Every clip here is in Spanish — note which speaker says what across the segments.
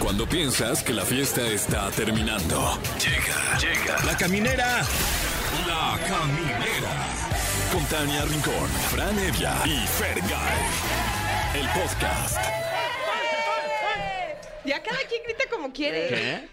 Speaker 1: Cuando piensas que la fiesta está terminando. Llega, llega. La caminera. La caminera. Con Tania Rincón, Fran Evia y Fer El podcast.
Speaker 2: Ya cada quien grita como quiere.
Speaker 3: ¿Qué?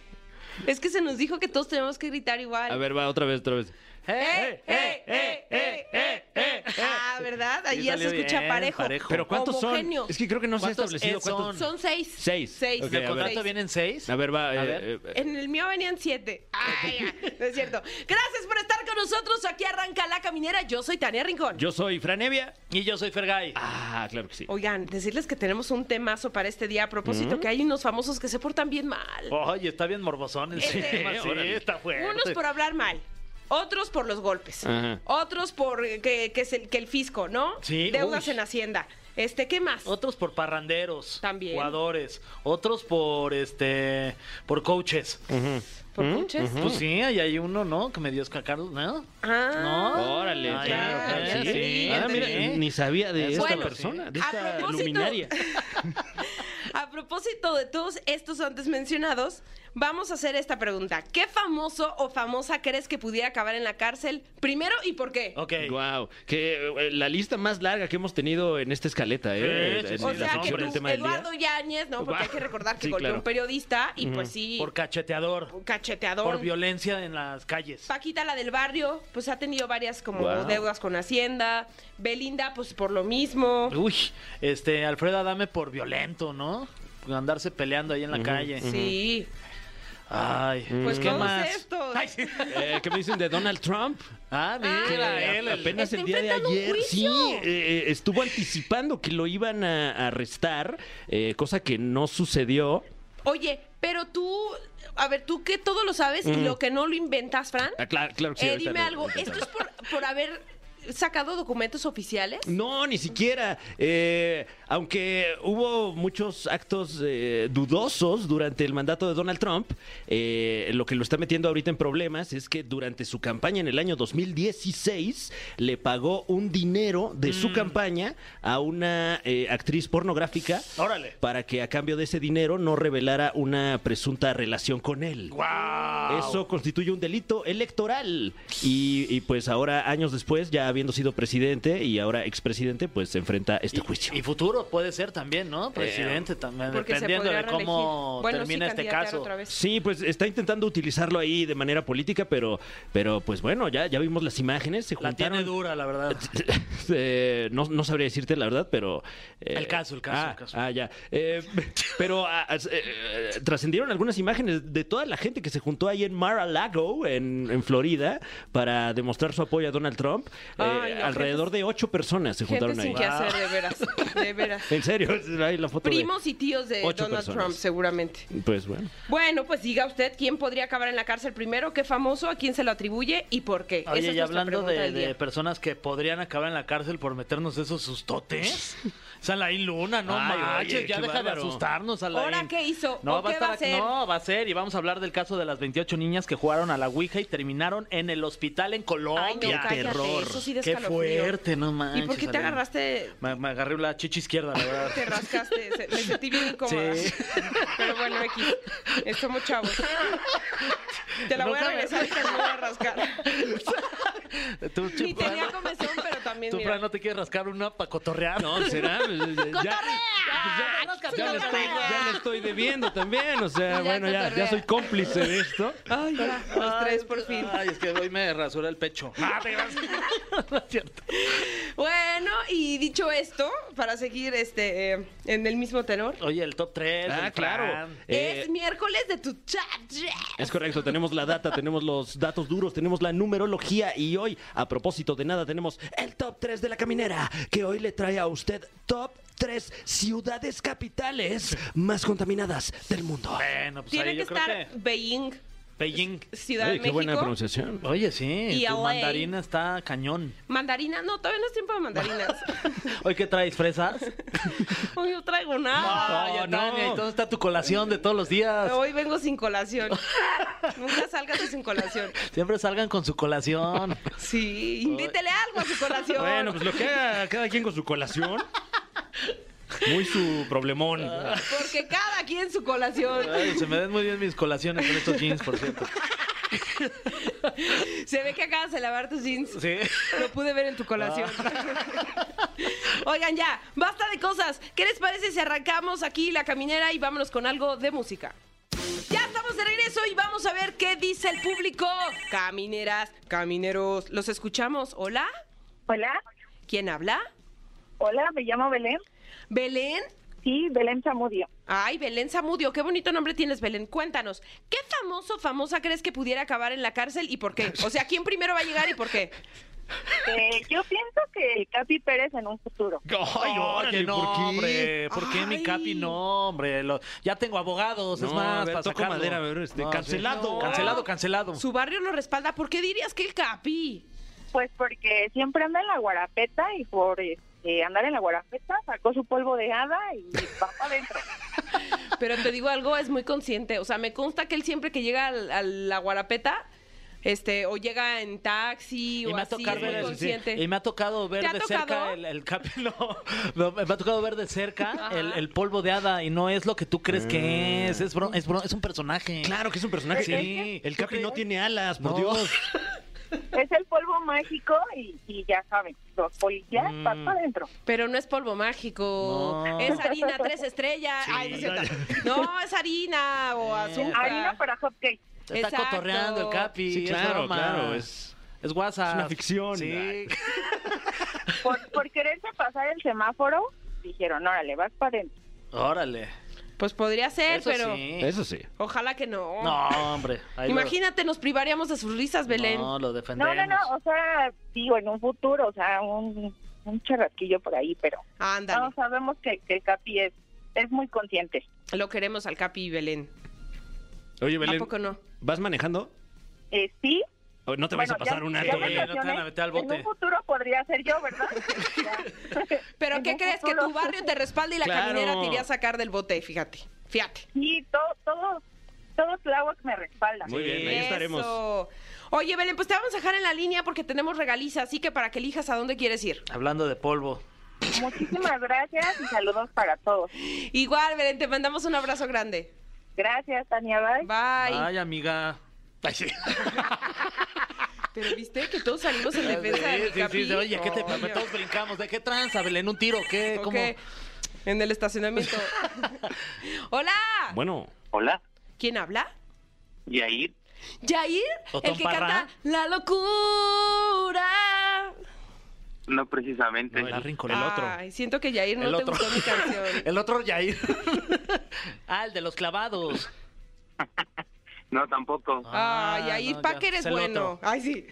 Speaker 2: Es que se nos dijo que todos tenemos que gritar igual.
Speaker 3: A ver, va otra vez, otra vez.
Speaker 2: ¡Eh, eh, eh, eh, eh, eh! Ah, ¿verdad? Ahí ya se
Speaker 3: salió
Speaker 2: escucha
Speaker 3: bien,
Speaker 2: parejo.
Speaker 3: parejo. Pero ¿cuántos son?
Speaker 2: Homogéneo.
Speaker 3: Es que creo que no se ha
Speaker 4: ¿Cuántos
Speaker 3: establecido
Speaker 4: es
Speaker 3: cuántos.
Speaker 2: Son seis.
Speaker 3: Seis.
Speaker 2: Seis.
Speaker 3: Ok,
Speaker 4: ¿El
Speaker 3: a
Speaker 4: contrato
Speaker 3: ver.
Speaker 4: viene en seis?
Speaker 3: A ver, va. eh,
Speaker 4: ver.
Speaker 3: eh, eh,
Speaker 2: En el mío venían siete. Ay, ya, no es cierto. Gracias por estar con nosotros. Aquí arranca La Caminera. Yo soy Tania Rincón.
Speaker 3: yo soy Franevia.
Speaker 4: Y yo soy Fergay.
Speaker 3: Ah, claro que sí.
Speaker 2: Oigan, decirles que tenemos un temazo para este día a propósito, que hay unos famosos que se portan bien mal.
Speaker 4: Oye, está bien morbosón el
Speaker 2: Este-
Speaker 4: tema, sí,
Speaker 3: Órale.
Speaker 4: está fuerte.
Speaker 2: Unos por hablar mal, otros por los golpes,
Speaker 3: Ajá.
Speaker 2: otros por eh, que, que, se- que el fisco, ¿no?
Speaker 4: Sí,
Speaker 2: Deudas
Speaker 4: uy.
Speaker 2: en Hacienda. Este, ¿qué más?
Speaker 4: Otros por parranderos.
Speaker 2: También.
Speaker 4: Jugadores. Otros por, este, por coaches.
Speaker 2: ¿Por
Speaker 3: ¿Mm?
Speaker 2: punches?
Speaker 4: Pues sí, ahí hay uno, ¿no? Que me dio a Carlos, ¿no?
Speaker 2: Ah,
Speaker 4: ¿No?
Speaker 3: Órale,
Speaker 4: Ah,
Speaker 3: claro,
Speaker 4: ya,
Speaker 3: claro,
Speaker 4: ya,
Speaker 3: sí.
Speaker 4: sí,
Speaker 3: Ah, mira,
Speaker 4: entendí.
Speaker 3: ni sabía de esta
Speaker 2: Bueno,
Speaker 3: persona, de
Speaker 2: a
Speaker 3: esta
Speaker 2: propósito-
Speaker 3: luminaria.
Speaker 2: A propósito de todos estos antes mencionados, vamos a hacer esta pregunta. ¿Qué famoso o famosa crees que pudiera acabar en la cárcel primero y por qué?
Speaker 4: Ok.
Speaker 3: Wow, que eh, la lista más larga que hemos tenido en esta escaleta, ¿eh?
Speaker 4: Sí, sí,
Speaker 3: En
Speaker 4: sí.
Speaker 2: O
Speaker 3: la
Speaker 2: sea que
Speaker 3: sección
Speaker 2: tú,
Speaker 3: del tema del día.
Speaker 2: Eduardo Yáñez, ¿no? Porque hay que recordar que
Speaker 3: Sí,
Speaker 2: golpeó a un
Speaker 3: claro.
Speaker 2: periodista y pues sí,
Speaker 4: Por cacheteador.
Speaker 2: cacheteador.
Speaker 4: Por violencia en las calles.
Speaker 2: Paquita, la del barrio, pues ha tenido varias como
Speaker 3: Wow.
Speaker 2: deudas con Hacienda. Belinda, pues por lo mismo.
Speaker 4: Uy, este, Alfredo Adame por violento, ¿no? Andarse peleando ahí en la calle.
Speaker 2: Sí.
Speaker 4: Ay,
Speaker 2: Pues
Speaker 4: ¿qué
Speaker 2: todos
Speaker 4: más?
Speaker 2: estos.
Speaker 4: Ay, sí.
Speaker 3: Eh, ¿Qué me dicen de Donald Trump?
Speaker 4: Ah, mira,
Speaker 2: Ah,
Speaker 4: él, el-
Speaker 3: apenas
Speaker 2: Está
Speaker 3: el día de
Speaker 2: enfrentando un
Speaker 3: ayer sí
Speaker 2: juicio.
Speaker 3: eh, eh, estuvo anticipando que lo iban a a arrestar, eh, cosa que no sucedió.
Speaker 2: Oye, pero tú, a ver, tú que todo lo sabes y lo que no lo inventas, Fran.
Speaker 3: Ah, claro, claro que sí,
Speaker 2: Eh,
Speaker 3: ahorita
Speaker 2: dime
Speaker 3: lo-
Speaker 2: algo,
Speaker 3: ahorita
Speaker 2: ¿esto
Speaker 3: lo-
Speaker 2: es por, por haber sacado documentos oficiales?
Speaker 3: No, ni siquiera. Eh, aunque hubo muchos actos eh, dudosos durante el mandato de Donald Trump, eh, lo que lo está metiendo ahorita en problemas es que durante su campaña en el año 2016 le pagó un dinero de su campaña a una eh, actriz pornográfica
Speaker 4: Órale.
Speaker 3: para que a cambio de ese dinero no revelara una presunta relación con él.
Speaker 4: ¡Guau!
Speaker 3: Eso constituye un delito electoral. Y, y, pues ahora, años después, ya habiendo sido presidente y ahora expresidente, pues se enfrenta este juicio.
Speaker 4: Y futuro puede ser también, ¿no? Presidente también,
Speaker 2: Eh, Porque se
Speaker 4: dependiendo de
Speaker 2: podría reelegir.
Speaker 4: cómo
Speaker 2: Bueno,
Speaker 4: termina
Speaker 2: sí,
Speaker 4: este
Speaker 2: candidatear
Speaker 4: caso.
Speaker 2: otra vez.
Speaker 3: Sí, pues está intentando utilizarlo ahí de manera política, pero, pero pues bueno, ya, ya vimos las imágenes, se
Speaker 4: La tiene
Speaker 3: juntaron.
Speaker 4: dura, la verdad.
Speaker 3: Eh, no, no sabría decirte la verdad, pero... eh,
Speaker 4: El caso, el caso,
Speaker 3: ah,
Speaker 4: el caso.
Speaker 3: Ah, ya. Eh, pero ah, ah, eh, eh, trascendieron algunas imágenes de toda la gente que se juntó ahí en Mar-a-Lago, en, en Florida, para demostrar su apoyo a Donald Trump. Eh,
Speaker 2: Ay, no,
Speaker 3: alrededor de ocho personas se
Speaker 2: Gente
Speaker 3: juntaron
Speaker 2: sin
Speaker 3: ahí.
Speaker 2: que hacer, de veras, de veras.
Speaker 3: En serio, ahí la foto de-
Speaker 2: Primos y tíos de
Speaker 3: ocho
Speaker 2: Donald
Speaker 3: personas.
Speaker 2: Trump, seguramente.
Speaker 3: Pues bueno.
Speaker 2: Bueno, pues diga usted quién podría acabar en la cárcel primero, qué famoso, a quién se lo atribuye y por qué. Esa
Speaker 4: Oye,
Speaker 2: es
Speaker 4: y
Speaker 2: nuestra
Speaker 4: hablando
Speaker 2: pregunta
Speaker 4: de,
Speaker 2: del día.
Speaker 4: de personas que podrían acabar en la cárcel por meternos esos sustotes. Salaín Luna, no
Speaker 3: Ay,
Speaker 4: manches,
Speaker 3: oye,
Speaker 4: ya
Speaker 3: qué
Speaker 4: deja
Speaker 3: bárbaro.
Speaker 4: de asustarnos, Alain.
Speaker 2: ¿Ahora qué hizo?
Speaker 4: No,
Speaker 2: ¿O
Speaker 4: va a
Speaker 2: qué va
Speaker 4: estar
Speaker 2: a
Speaker 4: aquí-
Speaker 2: hacer?
Speaker 4: No, va a ser. Y vamos a hablar del caso de las 28 niñas que jugaron a la Ouija y terminaron en el hospital en Colombia.
Speaker 2: Ay, no, cállate, eso sí da
Speaker 4: Qué
Speaker 2: escalofrío.
Speaker 4: fuerte, no manches.
Speaker 2: ¿Y por qué te
Speaker 4: Alain.
Speaker 2: agarraste
Speaker 4: Me, me agarré la chicha izquierda, la verdad.
Speaker 2: Te rascaste, se- me sentí bien incómoda.
Speaker 4: Sí.
Speaker 2: Pero bueno, aquí somos chavos. Te la voy a
Speaker 4: Nunca me-
Speaker 2: regresar y te la voy a rascar.
Speaker 4: Tú,
Speaker 2: Ni
Speaker 4: Fran,
Speaker 2: tenía comezón, pero también
Speaker 4: tú,
Speaker 2: mira.
Speaker 4: Fran, no te quieres rascar una para cotorrear.
Speaker 3: No, será. pues, eh, ya,
Speaker 2: ¡Ah,
Speaker 3: ya, ya le estoy, ya le estoy debiendo también. O sea,
Speaker 2: Ya Ah,
Speaker 3: bueno, ya,
Speaker 2: cotorrea.
Speaker 3: ya soy cómplice de esto.
Speaker 2: Ay, ya, los
Speaker 4: Ay,
Speaker 2: tres por fin.
Speaker 4: Ay, es que hoy me rasura el pecho. No es cierto.
Speaker 2: Bueno, y dicho esto, para seguir este eh, en el mismo tenor,
Speaker 4: Oye, el top 3.
Speaker 3: Ah, claro. Eh,
Speaker 2: es miércoles de tu chat.
Speaker 3: Es correcto, tenemos la data, tenemos los datos duros, tenemos la numerología y hoy, a propósito de nada, tenemos el top 3 de la caminera, que hoy le trae a usted top 3 ciudades capitales más contaminadas del mundo.
Speaker 4: Bueno, pues
Speaker 2: Tiene
Speaker 4: ahí
Speaker 2: que
Speaker 4: yo creo
Speaker 2: estar
Speaker 4: que.
Speaker 2: Beijing,
Speaker 4: Beijing.
Speaker 2: Ciudad de
Speaker 3: qué buena
Speaker 2: México.
Speaker 3: pronunciación.
Speaker 4: Oye, sí.
Speaker 2: Y
Speaker 4: tu
Speaker 2: LA.
Speaker 4: mandarina está cañón.
Speaker 2: Mandarina, no, todavía no es tiempo de mandarinas.
Speaker 4: ¿Hoy qué traes? ¿Fresas?
Speaker 2: Hoy no traigo nada.
Speaker 4: Ay,
Speaker 3: no.
Speaker 4: Tania, entonces está tu colación de todos los días.
Speaker 2: Hoy vengo sin colación. Nunca salgas sin colación.
Speaker 4: Siempre salgan con su colación.
Speaker 2: Sí, invítele algo a su colación.
Speaker 3: Bueno, pues lo que haga cada quien con su colación. Muy su problemón. pues-
Speaker 2: Porque cada quien su colación.
Speaker 4: Ay, se me dan muy bien mis colaciones con estos jeans, por cierto.
Speaker 2: Se ve que acabas de lavar tus jeans.
Speaker 4: Sí.
Speaker 2: Lo pude ver en tu colación. Oigan, ya, basta de cosas. ¿Qué les parece si arrancamos aquí la caminera y vámonos con algo de música? Ya estamos de regreso y vamos a ver qué dice el público. Camineras, camineros, ¿los escuchamos? ¿Hola?
Speaker 5: Hola,
Speaker 2: ¿Quién habla?
Speaker 5: hola, me llamo Belén.
Speaker 2: ¿Belén?
Speaker 5: Sí, Belén Zamudio.
Speaker 2: Ay, Belén Zamudio, qué bonito nombre tienes, Belén. Cuéntanos, ¿qué famoso, famosa crees que pudiera acabar en la cárcel y por qué? O sea, ¿quién primero va a llegar y por qué?
Speaker 5: Eh, yo pienso que el Capi Pérez en un futuro.
Speaker 4: Ay, oye, no, hombre. ¿Por qué mi
Speaker 2: Ay.
Speaker 4: capi? No, hombre. lo- ya tengo abogados, es
Speaker 3: No,
Speaker 4: más,
Speaker 3: a ver,
Speaker 4: para
Speaker 3: toco
Speaker 4: sacarlo.
Speaker 3: madera, a ver, este,
Speaker 4: sí.
Speaker 3: cancelado.
Speaker 4: Cancelado, cancelado.
Speaker 2: Su barrio lo respalda. ¿Por qué dirías que el Capi?
Speaker 5: Pues porque siempre anda en la guarapeta y por este, andar en la guarapeta sacó su polvo de hada y va para adentro.
Speaker 2: Pero te digo algo, es muy consciente. O sea, me consta que él siempre que llega al- a la guarapeta, este, o llega en taxi
Speaker 4: Y
Speaker 2: o
Speaker 4: me, ha
Speaker 2: así,
Speaker 4: tocado
Speaker 2: es muy
Speaker 4: ver,
Speaker 2: consciente.
Speaker 4: y me ha tocado ver
Speaker 2: ¿Te ha
Speaker 4: de
Speaker 2: tocado?
Speaker 4: cerca el, el capi. No, no, me ha tocado ver de cerca
Speaker 2: Ajá.
Speaker 4: el, el polvo de hada y no es lo que tú crees que es. Es, bro- es, bro- es un personaje.
Speaker 3: Mm. Claro que es un personaje.
Speaker 4: Sí.
Speaker 3: El Capi no tiene alas, por
Speaker 4: No.
Speaker 3: Dios.
Speaker 5: Es el polvo mágico y, y ya saben, los policías van para adentro.
Speaker 2: Pero no es polvo mágico.
Speaker 4: No.
Speaker 2: Es harina tres estrellas. Ay, no, es cierto. No, es harina o azúcar.
Speaker 5: Harina pues. para hotcakes.
Speaker 4: Está
Speaker 2: Exacto.
Speaker 4: cotorreando el capi.
Speaker 3: Sí,
Speaker 4: es
Speaker 3: claro,
Speaker 4: broma.
Speaker 3: claro. Es,
Speaker 4: Es WhatsApp.
Speaker 3: es una ficción.
Speaker 4: Sí.
Speaker 5: Por, por quererse pasar el semáforo, dijeron, órale, vas para adentro.
Speaker 4: Órale.
Speaker 2: Pues podría ser,
Speaker 4: Eso
Speaker 2: pero
Speaker 4: sí.
Speaker 3: Eso sí.
Speaker 2: ojalá que no.
Speaker 4: No, hombre. ahí lo-
Speaker 2: Imagínate, nos privaríamos de sus risas, Belén.
Speaker 4: No, lo
Speaker 5: No,
Speaker 4: defendemos.
Speaker 5: no, no, o sea, digo, en un futuro, o sea, un, un charrasquillo por ahí, pero
Speaker 2: Ándale.
Speaker 5: no, sabemos que, que el Capi es, es muy consciente.
Speaker 2: Lo queremos al Capi y Belén.
Speaker 3: Oye,
Speaker 2: ¿A
Speaker 3: Belén,
Speaker 2: poco no?
Speaker 3: ¿vas manejando?
Speaker 5: Eh, sí,
Speaker 3: O No te vas
Speaker 5: Bueno,
Speaker 3: a pasar
Speaker 5: ya-
Speaker 3: un
Speaker 5: ya
Speaker 3: alto,
Speaker 5: me
Speaker 4: Sí,
Speaker 3: Belén.
Speaker 4: no te van a meter al
Speaker 5: En
Speaker 4: bote.
Speaker 5: un futuro podría ser yo, ¿verdad? Ya.
Speaker 2: ¿Pero
Speaker 5: En
Speaker 2: qué
Speaker 5: un
Speaker 2: crees? Que
Speaker 5: futuro.
Speaker 2: tu barrio te respalda y la
Speaker 3: Claro.
Speaker 2: caminera te iría a sacar del bote, fíjate. Fíjate.
Speaker 5: Sí, todo, todo, todo Tláhuac me respalda.
Speaker 3: Muy bien, ahí
Speaker 2: Eso.
Speaker 3: estaremos.
Speaker 2: Oye, Belén, pues te vamos a dejar en la línea porque tenemos regaliza, así que para que elijas a dónde quieres ir.
Speaker 4: Hablando de polvo.
Speaker 5: Muchísimas gracias y saludos para todos.
Speaker 2: Igual, Belén, te mandamos un abrazo grande.
Speaker 5: Gracias, Tania. Bye.
Speaker 2: Bye.
Speaker 4: Ay, amiga. Ay, sí.
Speaker 2: Pero viste que todos salimos en defensa de mi
Speaker 4: Sí, sí,
Speaker 2: Capi?
Speaker 4: sí, Oye, ¿qué te
Speaker 2: Coño.
Speaker 4: Todos brincamos. ¿De qué tranza, Belén? ¿Un tiro? ¿Qué?
Speaker 2: ¿O
Speaker 4: ¿Cómo?
Speaker 2: qué? En el estacionamiento. Hola.
Speaker 3: Bueno,
Speaker 6: Hola,
Speaker 2: ¿Quién habla?
Speaker 6: Yair.
Speaker 2: Jair,
Speaker 4: ¿O
Speaker 2: el que
Speaker 4: Tomparra?
Speaker 2: canta La locura.
Speaker 6: No precisamente.
Speaker 4: No, el rincón, el otro.
Speaker 2: Ay, siento que Jair no
Speaker 4: el
Speaker 2: te
Speaker 4: otro.
Speaker 2: gustó mi canción.
Speaker 4: el otro Yair. ah, el de los clavados.
Speaker 6: No, tampoco.
Speaker 2: Ay,
Speaker 4: Ah,
Speaker 2: Jair,
Speaker 4: no,
Speaker 2: pa'
Speaker 4: ya,
Speaker 2: que eres
Speaker 4: es el
Speaker 2: bueno.
Speaker 4: otro.
Speaker 2: Ay, sí.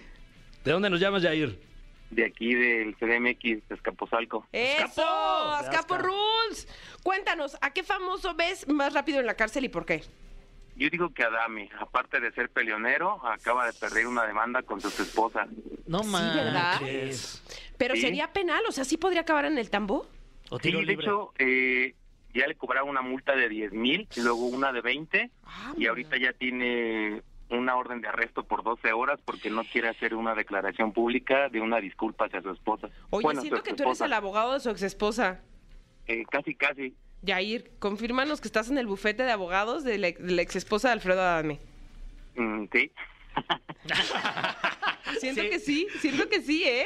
Speaker 3: ¿de dónde nos llamas, Jair?
Speaker 6: De aquí del CDMX, de Escapozalco.
Speaker 2: ¡Eso!
Speaker 4: ¡Azcapo!
Speaker 2: ¡Azcapo
Speaker 4: Azca.
Speaker 2: Rules! Cuéntanos, ¿a qué famoso ves más rápido en la cárcel y por qué?
Speaker 6: Yo digo que Adami, aparte de ser peleonero, acaba de perder una demanda contra su esposa.
Speaker 4: No manches.
Speaker 2: ¿verdad? ¿Pero
Speaker 6: Sí.
Speaker 2: sería penal? O sea, ¿sí podría acabar en el tambo?
Speaker 4: O
Speaker 6: Sí,
Speaker 4: tiro
Speaker 6: de
Speaker 4: libre.
Speaker 6: hecho, eh, ya le cobraron una multa de 10 mil, luego una de 20,
Speaker 2: Ah,
Speaker 6: y ahorita ya tiene una orden de arresto por 12 horas porque no quiere hacer una declaración pública de una disculpa hacia su esposa.
Speaker 2: Oye,
Speaker 6: Bueno,
Speaker 2: siento
Speaker 6: su
Speaker 2: que tú eres
Speaker 6: esposa.
Speaker 2: el abogado de su exesposa.
Speaker 6: Eh, casi, casi.
Speaker 2: Jair, confírmanos que estás en el bufete de abogados de la, de la exesposa de Alfredo Adame.
Speaker 6: Mm, sí.
Speaker 2: Siento
Speaker 4: Sí.
Speaker 2: que sí, siento que sí, ¿eh?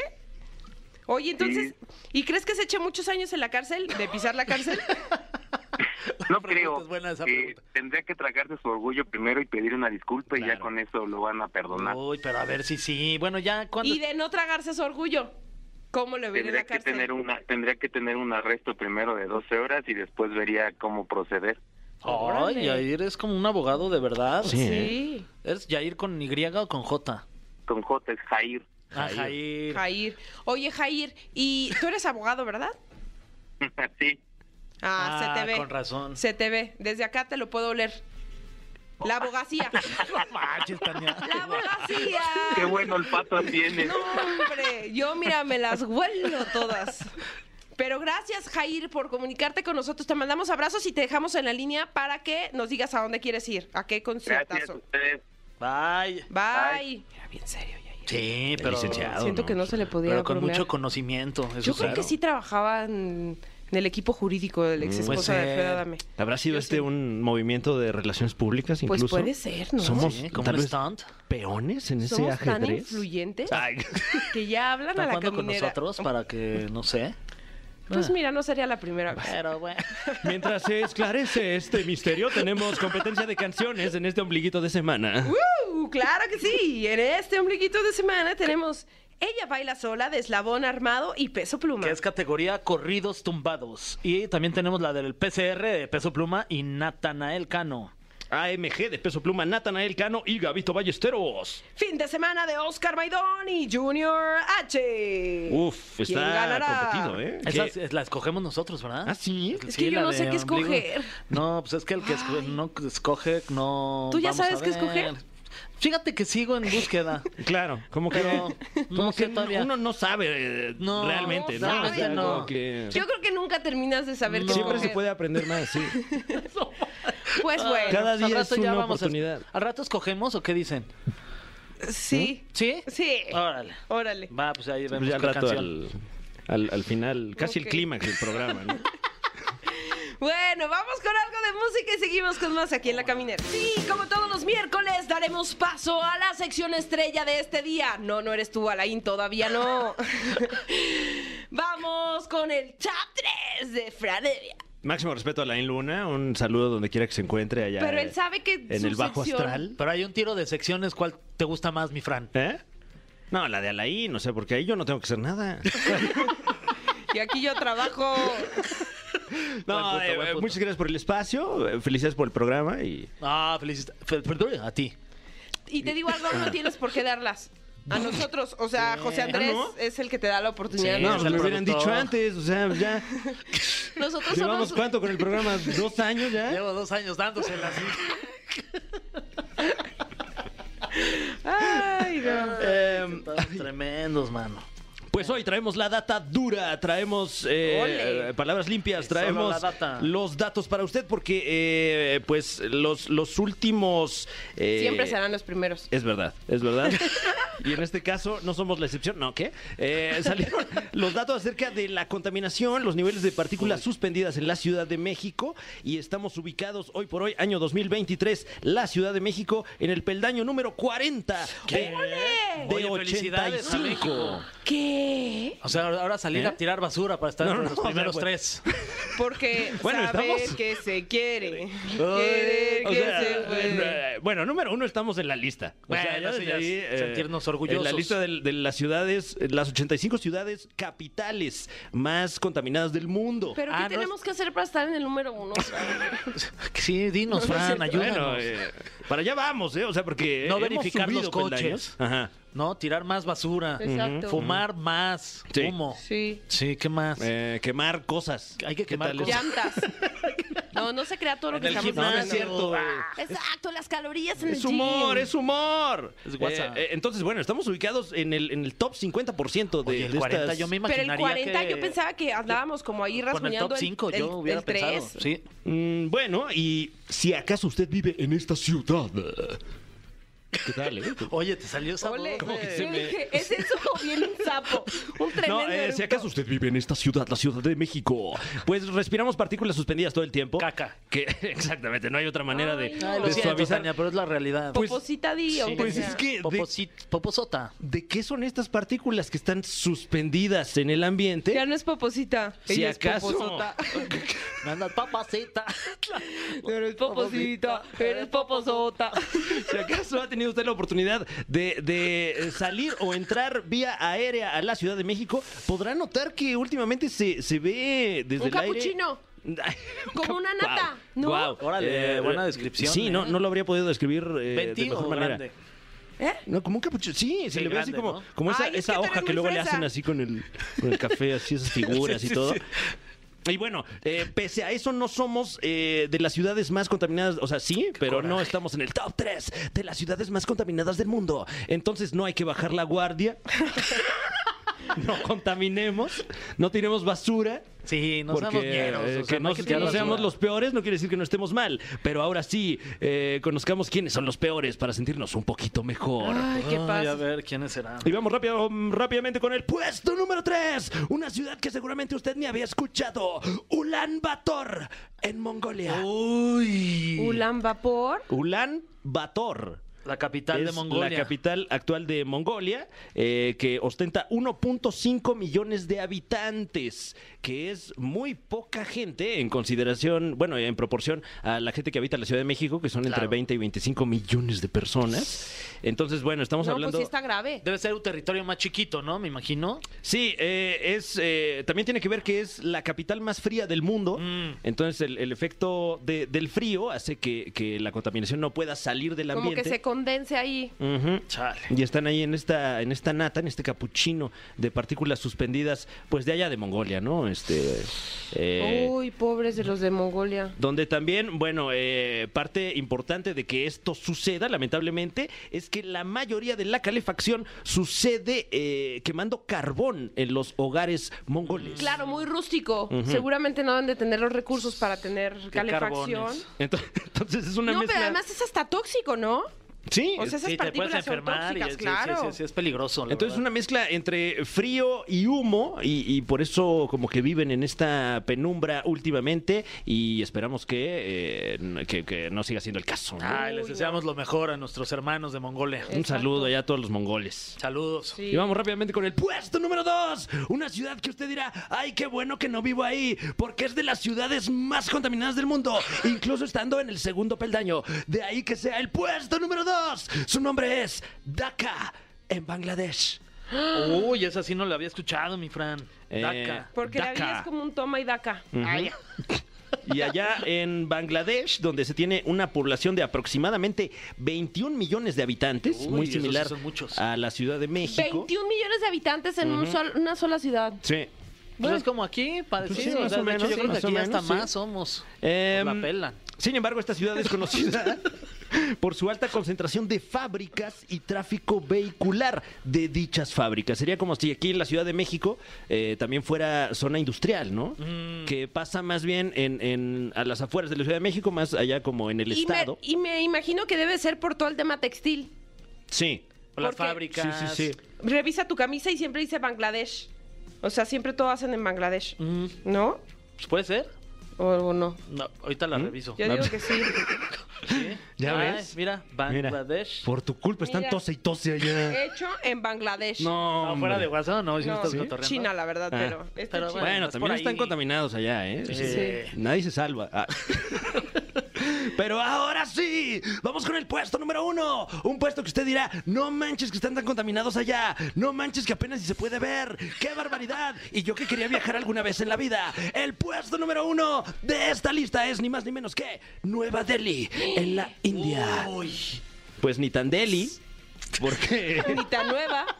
Speaker 2: Oye, entonces,
Speaker 6: Sí.
Speaker 2: ¿y crees que se eche muchos años en la cárcel, de pisar la cárcel?
Speaker 6: No
Speaker 4: pregunta,
Speaker 6: creo.
Speaker 4: es buena esa
Speaker 6: Eh,
Speaker 4: pregunta.
Speaker 6: tendría que tragarse su orgullo primero y pedir una disculpa y ya
Speaker 4: Claro.
Speaker 6: con eso lo van a perdonar.
Speaker 4: Uy, pero a ver si sí. Bueno, ya cuando.
Speaker 2: y de no tragarse su orgullo. ¿Cómo le viene en
Speaker 6: Tendría
Speaker 2: la
Speaker 6: que
Speaker 2: cárcel?
Speaker 6: tener una tendría que tener un arresto primero de 12 horas y después vería cómo proceder.
Speaker 4: Ay, Yair es como un abogado de verdad.
Speaker 3: Sí.
Speaker 2: Sí,
Speaker 4: ¿Es Yair con Y o con J?
Speaker 6: Con J es Jair.
Speaker 4: Ah,
Speaker 3: Jair.
Speaker 4: Jair.
Speaker 2: Jair. Oye, Jair, y tú eres abogado, ¿verdad?
Speaker 6: sí.
Speaker 2: Ah,
Speaker 4: Ah,
Speaker 2: se te ve.
Speaker 4: con razón.
Speaker 2: Se te ve. Desde acá te lo puedo oler. La abogacía.
Speaker 4: No manches, Tania.
Speaker 2: la abogacía.
Speaker 6: Qué buen olfato tienes.
Speaker 2: No, hombre, yo mira, me las huelo todas. Pero gracias, Jair, por comunicarte con nosotros. Te mandamos abrazos y te dejamos en la línea para que nos digas a dónde quieres ir, a qué
Speaker 6: Gracias a
Speaker 2: conciertazo.
Speaker 6: ustedes.
Speaker 4: Bye.
Speaker 2: Bye. Era bien serio, Yair.
Speaker 4: Sí, pero.
Speaker 3: licenciado.
Speaker 2: Siento
Speaker 3: ¿no?
Speaker 2: que no se le podía
Speaker 4: Pero con
Speaker 2: bromear.
Speaker 4: mucho conocimiento. eso
Speaker 2: Yo creo
Speaker 4: sí.
Speaker 2: que sí trabajaban del equipo jurídico del ex esposa
Speaker 3: Pues,
Speaker 2: de
Speaker 4: eh,
Speaker 2: Alfredo Adame.
Speaker 3: ¿Habrá sido este un movimiento de relaciones públicas
Speaker 2: Pues
Speaker 3: incluso?
Speaker 2: puede ser, ¿no?
Speaker 3: Somos
Speaker 4: Sí, como
Speaker 3: tal
Speaker 4: un
Speaker 3: vez
Speaker 4: stunt.
Speaker 3: peones en ese
Speaker 2: Somos tan
Speaker 3: ajedrez.
Speaker 2: influyentes
Speaker 3: Ay,
Speaker 2: que ya hablan a
Speaker 4: ¿Están
Speaker 2: la
Speaker 4: jugando
Speaker 2: caminera.
Speaker 4: con nosotros para que, no sé?
Speaker 2: Pues
Speaker 4: Ah.
Speaker 2: mira, no sería la primera vez.
Speaker 4: Pero bueno.
Speaker 3: Mientras se esclarece este misterio, tenemos competencia de canciones en este ombliguito de semana.
Speaker 2: ¡Uh! ¡Claro que sí! En este ombliguito de semana tenemos Ella baila sola de eslabón armado y peso pluma.
Speaker 4: Que es categoría corridos tumbados. Y también tenemos la del PCR de Peso Pluma y Natanael Cano.
Speaker 3: AMG de Peso Pluma, Natanael Cano y Gabito Ballesteros.
Speaker 2: Fin de semana de Oscar Maidón y Junior H.
Speaker 3: Uf,
Speaker 2: ¿Quién
Speaker 3: está
Speaker 2: ganará?
Speaker 3: competido, ¿eh?
Speaker 4: Esa
Speaker 3: Que-
Speaker 4: es- la escogemos nosotros, ¿verdad? Pues
Speaker 3: ¿Ah, sí?
Speaker 2: Es que yo
Speaker 4: la
Speaker 2: no
Speaker 4: de
Speaker 2: sé qué
Speaker 4: ombligo.
Speaker 2: escoger.
Speaker 4: No, pues es que el que esco- no escoge, no.
Speaker 2: ¿Tú ya
Speaker 4: vamos a
Speaker 2: sabes qué
Speaker 4: ver.
Speaker 2: escoger?
Speaker 4: Fíjate que sigo en búsqueda.
Speaker 3: Claro, como que,
Speaker 4: Pero
Speaker 3: como
Speaker 4: no sé
Speaker 3: que
Speaker 4: todavía.
Speaker 3: uno no sabe eh,
Speaker 4: No,
Speaker 3: realmente, ¿no?
Speaker 2: no sabe,
Speaker 3: O sea,
Speaker 2: no.
Speaker 3: como que-
Speaker 2: Yo creo que nunca terminas de saber qué
Speaker 4: No.
Speaker 3: Siempre se Ah.
Speaker 2: escoger.
Speaker 3: puede aprender más, sí.
Speaker 2: Pues bueno,
Speaker 3: Cada
Speaker 4: Al
Speaker 3: día es
Speaker 4: rato ya
Speaker 3: una
Speaker 4: vamos a-
Speaker 3: oportunidad.
Speaker 4: ¿Al rato escogemos o qué dicen?
Speaker 2: sí.
Speaker 3: ¿Mm?
Speaker 4: ¿Sí?
Speaker 2: Sí.
Speaker 4: Órale.
Speaker 2: Órale.
Speaker 4: Va, pues ahí vemos
Speaker 3: Pues ya al
Speaker 4: qué
Speaker 3: rato,
Speaker 4: canción.
Speaker 3: al, al- al final, casi
Speaker 2: Ok.
Speaker 3: el clímax del programa, ¿no?
Speaker 2: Bueno, vamos con algo de música y seguimos con más aquí en La Caminera. Sí, como todos los miércoles, daremos paso a la sección estrella de este día. No, no eres tú, Alain, todavía no. vamos con el Top 3 de Franevia.
Speaker 3: Máximo respeto a Lain Luna, un saludo donde quiera que se encuentre allá.
Speaker 2: Pero él sabe que
Speaker 3: En
Speaker 2: su
Speaker 3: el bajo
Speaker 2: sección-
Speaker 3: astral.
Speaker 4: Pero hay un tiro de secciones. ¿Cuál te gusta más, mi Fran?
Speaker 3: ¿Eh? No, la de Alain, o sea, porque ahí yo no tengo que hacer nada.
Speaker 2: Y aquí yo trabajo.
Speaker 3: No,
Speaker 4: Buen punto,
Speaker 3: eh,
Speaker 4: buen punto.
Speaker 3: muchas gracias por el espacio, eh, felicidades por el programa y
Speaker 4: Ah, felicidades. Fel- Perdón, a ti.
Speaker 2: Y te digo algo, no tienes por qué darlas. A nosotros, o sea, José Andrés
Speaker 3: ¿Ah, no?
Speaker 2: es el que te da la oportunidad.
Speaker 4: Sí,
Speaker 3: no,
Speaker 4: es
Speaker 3: pues
Speaker 4: el
Speaker 3: me hubieran
Speaker 4: productor.
Speaker 3: dicho antes, o sea, ya
Speaker 2: Nosotros
Speaker 3: llevamos
Speaker 2: somos...
Speaker 3: cuánto con el programa, dos años
Speaker 2: ¿Eh?
Speaker 3: ya.
Speaker 4: Llevo dos años dándosela así.
Speaker 2: Ay, no.
Speaker 3: Em,
Speaker 4: Tremendos, mano.
Speaker 3: pues hoy traemos la data dura, traemos eh,
Speaker 2: Ole.
Speaker 3: eh, palabras limpias,
Speaker 4: Solo
Speaker 3: traemos
Speaker 4: la data.
Speaker 3: los datos para usted porque eh, pues los los últimos eh,
Speaker 2: Siempre serán los primeros.
Speaker 3: Es verdad, es verdad. Y en este caso no somos la excepción, ¿no? ¿Qué? Eh, salieron los datos acerca de la contaminación, los niveles de partículas suspendidas en la Ciudad de México y estamos ubicados hoy por hoy, año 2023, la Ciudad de México en el peldaño número 40
Speaker 4: ¿Qué?
Speaker 3: de
Speaker 4: Oye, felicidades a
Speaker 3: 85.
Speaker 4: México.
Speaker 2: ¿Qué?
Speaker 4: O sea, ahora salir
Speaker 3: ¿Eh?
Speaker 4: a tirar basura para estar
Speaker 3: No,
Speaker 4: entre
Speaker 3: no,
Speaker 4: los
Speaker 3: o sea,
Speaker 4: primeros
Speaker 3: bueno.
Speaker 4: tres.
Speaker 2: Porque
Speaker 3: Bueno,
Speaker 2: saber
Speaker 3: estamos-
Speaker 2: que se quiere.
Speaker 3: Ay,
Speaker 2: Querer
Speaker 3: o
Speaker 2: que
Speaker 3: sea,
Speaker 2: se puede.
Speaker 3: eh, bueno, número uno estamos en la lista. O
Speaker 4: Bueno,
Speaker 3: sea, ya
Speaker 4: eso
Speaker 3: desde
Speaker 4: ya es
Speaker 3: ahí, eh,
Speaker 4: sentirnos orgullosos.
Speaker 3: En la lista de, de las ciudades, eh, las 85 ciudades capitales más contaminadas del mundo.
Speaker 2: Pero ¿qué
Speaker 4: Ah, no es-
Speaker 2: tenemos que hacer para estar en el número uno?
Speaker 4: Sí, dinos, Fran, ayúdanos.
Speaker 3: Bueno, eh, para allá vamos, ¿eh? O sea, porque.
Speaker 4: No
Speaker 3: hemos
Speaker 4: verificar
Speaker 3: subido
Speaker 4: los coches.
Speaker 3: peldaños. Ajá.
Speaker 4: No, tirar más basura.
Speaker 2: Exacto.
Speaker 4: Fumar más.
Speaker 3: Sí.
Speaker 4: Humo.
Speaker 2: Sí.
Speaker 4: Sí, ¿qué más?
Speaker 3: Eh, quemar cosas.
Speaker 4: Hay que
Speaker 3: ¿Qué
Speaker 4: quemar
Speaker 3: tal este
Speaker 4: cosas.
Speaker 3: eso?
Speaker 2: Llantas. No, no se crea todo lo
Speaker 4: En
Speaker 2: que
Speaker 4: el
Speaker 2: estamos
Speaker 4: gimnasio.
Speaker 2: hablando.
Speaker 3: No, no es
Speaker 4: Ah,
Speaker 2: Exacto, las calorías en el
Speaker 3: Es humor,
Speaker 2: gym.
Speaker 3: es humor.
Speaker 4: Es WhatsApp.
Speaker 3: Eh, eh, entonces, bueno, estamos ubicados en el, en el top 50% de,
Speaker 4: Oye, el
Speaker 3: de
Speaker 4: 40,
Speaker 3: estas-
Speaker 4: yo me
Speaker 2: Pero
Speaker 4: imaginaría
Speaker 2: el 40
Speaker 4: que-
Speaker 2: yo pensaba que andábamos como ahí
Speaker 4: Con el
Speaker 2: rasguñando
Speaker 4: top 5
Speaker 2: el,
Speaker 4: yo hubiera pensado.
Speaker 2: 3.
Speaker 4: Sí.
Speaker 3: Mm, bueno, y si acaso usted vive en esta ciudad. ¿Qué tal, eh?
Speaker 4: Oye, te salió esa voz.
Speaker 2: Ole,
Speaker 3: ¿Cómo que se
Speaker 2: yo
Speaker 3: me-
Speaker 2: dije, ¿es eso o bien un sapo? Un tremendo
Speaker 3: No, eh, si
Speaker 2: eructo.
Speaker 3: acaso usted vive en esta ciudad, la Ciudad de México, pues respiramos partículas suspendidas todo el tiempo.
Speaker 4: Caca.
Speaker 3: Que, exactamente, no hay otra manera de,
Speaker 2: Ay, no.
Speaker 4: Ay,
Speaker 3: de
Speaker 4: lo siento,
Speaker 3: suavizar.
Speaker 4: Tania, pero es la realidad.
Speaker 3: Pues-
Speaker 2: Poposita di, aunque
Speaker 3: pues
Speaker 2: sea.
Speaker 3: es que- de-
Speaker 4: Poposit- Poposota.
Speaker 3: ¿De qué son estas partículas que están suspendidas en el ambiente?
Speaker 2: Ya no es poposita.
Speaker 3: Si
Speaker 2: ella es
Speaker 3: acaso.
Speaker 2: poposota.
Speaker 4: Me andas papacita.
Speaker 3: Eh,
Speaker 2: Eres poposita, eres poposota.
Speaker 3: Si acaso ha tenido usted la oportunidad de, de eh, salir o entrar vía aérea a la Ciudad de México, podrá notar que últimamente se, se ve desde
Speaker 2: Un
Speaker 3: el aire-
Speaker 2: capuchino.
Speaker 3: Ay,
Speaker 2: Como una nata, ¿no?
Speaker 3: guau.
Speaker 4: Órale, buena descripción,
Speaker 3: Sí,
Speaker 4: ¿eh?
Speaker 3: no, no lo habría podido describir eh, de
Speaker 4: Venti
Speaker 3: mejor
Speaker 4: o
Speaker 3: manera.
Speaker 4: grande.
Speaker 2: ¿Eh?
Speaker 3: No, como un capuchino. Sí, se
Speaker 4: Sí,
Speaker 3: le ve así
Speaker 4: grande,
Speaker 3: como,
Speaker 4: ¿no?
Speaker 3: como esa,
Speaker 2: Ay, es
Speaker 3: esa
Speaker 2: que tú eres
Speaker 3: hoja que
Speaker 2: muy
Speaker 3: luego le
Speaker 2: fresa.
Speaker 3: hacen así con el, con el café, así esas figuras y todo. Y bueno, eh, pese a eso no somos eh, de las ciudades más contaminadas, o sea, sí, pero no estamos en el top 3 de las ciudades más contaminadas del mundo. Entonces no hay que bajar la guardia. no contaminemos, no tiremos basura.
Speaker 4: Sí, no seamos
Speaker 3: porque,
Speaker 4: ñeros, o
Speaker 3: eh,
Speaker 4: sea,
Speaker 3: que
Speaker 4: no
Speaker 3: no,
Speaker 4: hay que
Speaker 3: que no
Speaker 4: tirar
Speaker 3: seamos
Speaker 4: basura.
Speaker 3: los peores no quiere decir que no estemos mal, pero ahora sí, eh, conozcamos quiénes son los peores para sentirnos un poquito mejor.
Speaker 4: Ah,
Speaker 2: Ay, qué
Speaker 4: Ay, a
Speaker 2: pasa.
Speaker 4: ver, ¿quiénes serán?
Speaker 3: Y vamos rápido, rápidamente con el puesto número 3. Una ciudad que seguramente usted ni había escuchado. Ulan Bator, en Mongolia.
Speaker 4: Uh. Uy.
Speaker 2: Ulan Vapor.
Speaker 3: Ulan Bator.
Speaker 4: La capital de
Speaker 3: es
Speaker 4: Mongolia.
Speaker 3: La capital actual de Mongolia, eh, que ostenta 1.5 millones de habitantes, que es muy poca gente en consideración, bueno, en proporción a la gente que habita la Ciudad de México, que son entre
Speaker 4: Claro.
Speaker 3: 20 y 25 millones de personas. Entonces, bueno, estamos
Speaker 2: No, pues
Speaker 3: hablando.
Speaker 2: sí está grave.
Speaker 4: Debe ser un territorio más chiquito, ¿no? Me imagino.
Speaker 3: Sí, eh, es eh, también tiene que ver que es la capital más fría del mundo.
Speaker 4: Mm.
Speaker 3: Entonces el, el efecto de- del frío hace que, que la contaminación no pueda salir del
Speaker 2: Como
Speaker 3: ambiente.
Speaker 2: que se condense ahí.
Speaker 3: Ujú.
Speaker 4: Chale.
Speaker 3: Y están ahí en esta, en esta nata, en este capuchino de partículas suspendidas, pues de allá de Mongolia, ¿no? Este. eh,
Speaker 2: Uy, pobres de los de Mongolia.
Speaker 3: donde también, bueno, eh, parte importante de que esto suceda, lamentablemente, es que la mayoría de la calefacción sucede eh, quemando carbón en los hogares mongoles.
Speaker 2: Claro, muy rústico. Seguramente no deben de tener los recursos para tener calefacción.
Speaker 4: carbones.
Speaker 3: Ento- Entonces es una
Speaker 2: No,
Speaker 3: mezcla.
Speaker 2: pero además es hasta tóxico, ¿no?
Speaker 3: sí,
Speaker 2: o sea, esas
Speaker 4: te puedes
Speaker 2: partículas son
Speaker 4: enfermar y
Speaker 2: tóxicas,
Speaker 4: es- sí,
Speaker 2: claro.
Speaker 4: sí, sí, sí, es peligroso. la
Speaker 3: Entonces es
Speaker 4: verdad.
Speaker 3: una mezcla entre frío y humo y, y por eso como que viven en esta penumbra últimamente y esperamos que, eh, n- que, que no siga siendo el caso. ¿no?
Speaker 4: Ay, les deseamos lo mejor a nuestros hermanos de Mongolia.
Speaker 3: Un
Speaker 2: exacto.
Speaker 3: saludo allá a todos los mongoles.
Speaker 4: Saludos.
Speaker 2: Sí.
Speaker 3: Y vamos rápidamente con el puesto número 2. Una ciudad que usted dirá, ay, qué bueno que no vivo ahí, porque es de las ciudades más contaminadas del mundo, incluso estando en el segundo peldaño. De ahí que sea el puesto número 2. Su nombre es Dhaka, en Bangladesh.
Speaker 4: Uy, esa sí no la había escuchado, mi Fran.
Speaker 3: Eh,
Speaker 4: Daca.
Speaker 2: Porque la vida
Speaker 3: Daca.
Speaker 2: es como un toma y daca.
Speaker 4: Ay,
Speaker 3: Y allá en Bangladesh, donde se tiene una población de aproximadamente 21 millones de habitantes,
Speaker 4: Uy,
Speaker 3: muy
Speaker 4: esos sí
Speaker 3: similar
Speaker 4: son muchos.
Speaker 3: a la Ciudad de México.
Speaker 2: 21 millones de habitantes en un sol- una sola ciudad.
Speaker 3: Sí.
Speaker 4: Pues es como aquí, parecido.
Speaker 3: sí,
Speaker 4: o
Speaker 3: más
Speaker 4: sea,
Speaker 3: o
Speaker 4: de hecho,
Speaker 3: menos,
Speaker 4: yo creo
Speaker 3: más
Speaker 4: que
Speaker 3: o
Speaker 4: aquí hasta
Speaker 3: menos, sí.
Speaker 4: más somos.
Speaker 3: Em,
Speaker 4: Nos la pelan.
Speaker 3: Sin embargo, esta ciudad es conocida por su alta concentración de fábricas y tráfico vehicular de dichas fábricas. Sería como si aquí en la Ciudad de México eh, también fuera zona industrial, ¿no? Que pasa más bien en, en- a las afueras de la Ciudad de México, más allá como en el
Speaker 2: Y me,
Speaker 3: estado.
Speaker 2: y me imagino que debe ser por todo el tema textil.
Speaker 3: Sí.
Speaker 4: Por las
Speaker 2: porque-
Speaker 3: Sí,
Speaker 4: fábricas.
Speaker 3: sí, sí.
Speaker 2: Revisa tu camisa y siempre dice Bangladesh. O sea, siempre todo hacen en Bangladesh.
Speaker 4: Mm,
Speaker 2: ¿No?
Speaker 4: pues, ¿Puede ser?
Speaker 2: ¿O, o no?
Speaker 4: No, ahorita la reviso.
Speaker 2: Yo
Speaker 3: No.
Speaker 2: digo que sí.
Speaker 4: ¿Sí?
Speaker 3: ¿Mm? ¿Ya
Speaker 4: Ay,
Speaker 3: ves?
Speaker 4: Mira,
Speaker 3: Mira,
Speaker 4: Bangladesh.
Speaker 3: por tu culpa están
Speaker 2: Mira.
Speaker 3: tose y tose allá.
Speaker 2: Hecho en Bangladesh.
Speaker 3: No,
Speaker 4: No, fuera de
Speaker 3: hombre.
Speaker 4: WhatsApp, no, si no
Speaker 2: No,
Speaker 4: estás
Speaker 2: sí.
Speaker 4: cotorreando.
Speaker 2: China, la verdad,
Speaker 3: Ah.
Speaker 2: pero. este
Speaker 4: Pero
Speaker 2: chino.
Speaker 4: bueno.
Speaker 3: Bueno,
Speaker 4: es
Speaker 3: también
Speaker 4: por
Speaker 3: están
Speaker 4: ahí.
Speaker 3: contaminados allá, ¿eh?
Speaker 4: Sí.
Speaker 3: Nadie se salva. Ah. Pero ahora sí, vamos con el puesto número uno. Un puesto que usted dirá, no manches que están tan contaminados allá, no manches que apenas si se puede ver, qué barbaridad. Y yo que quería viajar alguna vez en la vida, el puesto número uno de esta lista es ni más ni menos que Nueva Delhi, en la India. Pues ni tan Delhi, porque...
Speaker 2: Ni tan nueva.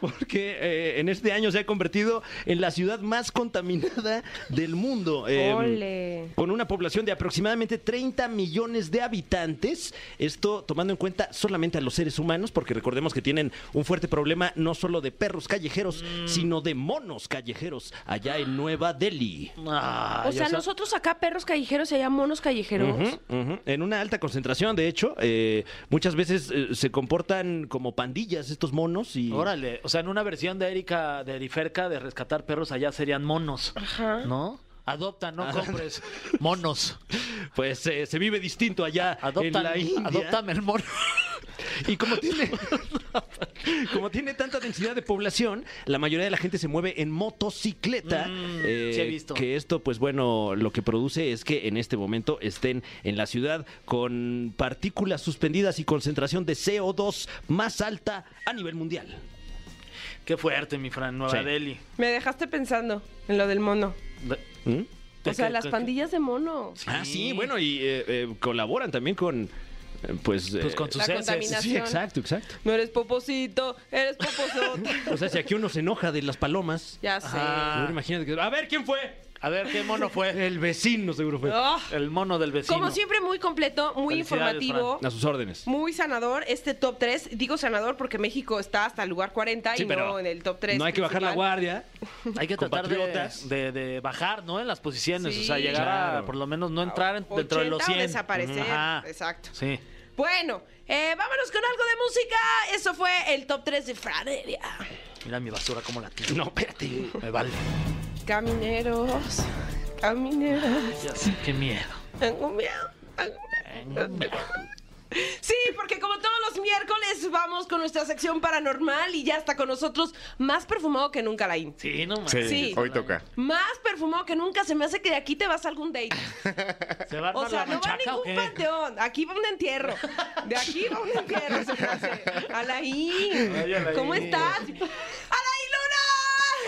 Speaker 3: Porque eh, en este año se ha convertido en la ciudad más contaminada del mundo. eh,
Speaker 2: Ole.
Speaker 3: Con una población de aproximadamente 30 millones de habitantes. Esto tomando en cuenta solamente a los seres humanos, porque recordemos que tienen un fuerte problema no solo de perros callejeros,
Speaker 4: Mm.
Speaker 3: sino de monos callejeros allá en Nueva Delhi.
Speaker 4: Ay,
Speaker 2: o sea, nosotros acá perros callejeros y allá monos callejeros.
Speaker 3: ah, Ujú, ujú. En una alta concentración, de hecho, eh, muchas veces eh, se comportan como pandillas estos monos y...
Speaker 4: Órale, o sea, en una versión de Erika de Eriferca de rescatar perros allá serían monos,
Speaker 2: Ajá.
Speaker 4: ¿no? Ah. Adopta, no compres monos.
Speaker 3: Pues eh, se vive distinto allá en
Speaker 4: Adoptan,
Speaker 3: la India.
Speaker 4: adóptame el mono.
Speaker 3: Y como tiene, como tiene tanta densidad de población, la mayoría de la gente se mueve en motocicleta. eh,
Speaker 4: Mm, sí he visto.
Speaker 3: Que esto, pues bueno, lo que produce es que en este momento estén en la ciudad con partículas suspendidas y concentración de CO2 más alta a nivel mundial.
Speaker 4: Qué fuerte, mi Fran, Nueva
Speaker 3: Sí.
Speaker 4: Delhi.
Speaker 2: Me dejaste pensando en lo del mono.
Speaker 3: ¿Mm?
Speaker 2: O sea,
Speaker 4: que-
Speaker 2: las
Speaker 4: que-
Speaker 2: pandillas de mono.
Speaker 3: Ah, sí, bueno, y eh, eh, colaboran también con, eh, pues...
Speaker 4: Pues
Speaker 3: eh,
Speaker 4: con sus
Speaker 2: La
Speaker 4: heces.
Speaker 2: contaminación.
Speaker 3: Sí, exacto, exacto.
Speaker 2: No eres poposito, eres poposota.
Speaker 3: O sea, si aquí uno se enoja de las palomas...
Speaker 2: ya sé.
Speaker 4: Ajá.
Speaker 3: Ah, Ahora Imagínate que... A ver, ¿quién fue?
Speaker 4: A ver, ¿qué mono fue?
Speaker 3: El vecino seguro fue.
Speaker 2: Oh.
Speaker 4: El mono del
Speaker 3: pues,
Speaker 4: vecino.
Speaker 2: Como siempre, muy completo, muy
Speaker 4: Felicidades,
Speaker 2: informativo.
Speaker 3: A sus órdenes.
Speaker 2: Muy sanador este top 3. Digo sanador porque México está hasta el lugar 40
Speaker 3: Sí,
Speaker 2: y
Speaker 3: pero
Speaker 2: no en el top 3.
Speaker 3: No hay que bajar la guardia.
Speaker 4: Hay que tratar de,
Speaker 3: compatriotas.
Speaker 4: de- de bajar, ¿no? En las posiciones.
Speaker 2: Sí.
Speaker 4: o sea, llegar
Speaker 3: Claro.
Speaker 4: a, por lo menos, no entrar en- dentro de los 100.
Speaker 2: desaparecer.
Speaker 4: Ajá.
Speaker 2: Exacto.
Speaker 4: Sí.
Speaker 2: Bueno, eh, vámonos con algo de música. Eso fue el top 3 de Franeria.
Speaker 4: Mira mi basura como la tiro.
Speaker 3: No, espérate.
Speaker 4: Me vale.
Speaker 2: Camineros, camineros.
Speaker 4: Ya sé, qué miedo.
Speaker 2: Tengo miedo. tengo miedo. Sí, porque como todos los miércoles vamos con nuestra sección paranormal y ya está con nosotros más perfumado que nunca, Laín.
Speaker 4: Sí, no
Speaker 7: Sí,
Speaker 4: manches.
Speaker 2: Sí.
Speaker 7: hoy toca.
Speaker 2: Más perfumado que nunca. Se me hace que de aquí te vas a algún date.
Speaker 4: ¿Se va a armar
Speaker 2: O sea,
Speaker 4: la
Speaker 2: no va a
Speaker 4: machaca
Speaker 2: ningún
Speaker 4: o qué?
Speaker 2: panteón. Aquí va un entierro. De aquí va un entierro. se me hace. Alain.
Speaker 4: Ay, Alain.
Speaker 2: ¿Cómo estás? ¡Alain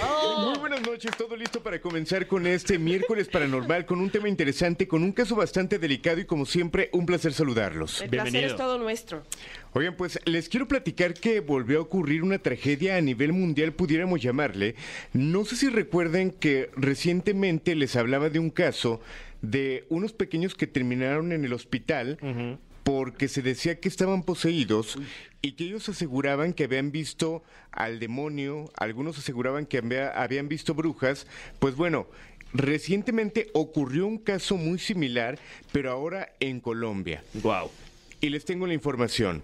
Speaker 2: Luna!
Speaker 7: Muy buenas noches, todo listo para comenzar con este miércoles paranormal, con un tema interesante, con un caso bastante delicado y como siempre, un placer saludarlos.
Speaker 2: El placer
Speaker 3: Bienvenido.
Speaker 2: es todo nuestro.
Speaker 7: Oigan, pues les quiero platicar que volvió a ocurrir una tragedia a nivel mundial, pudiéramos llamarle. No sé si recuerden que recientemente les hablaba de un caso de unos pequeños que terminaron en el hospital. Porque se decía que estaban poseídos y que ellos aseguraban que habían visto al demonio, algunos aseguraban que había- habían visto brujas. Pues bueno, recientemente ocurrió un caso muy similar, pero ahora en Colombia.
Speaker 3: Wow.
Speaker 7: Y les tengo la información.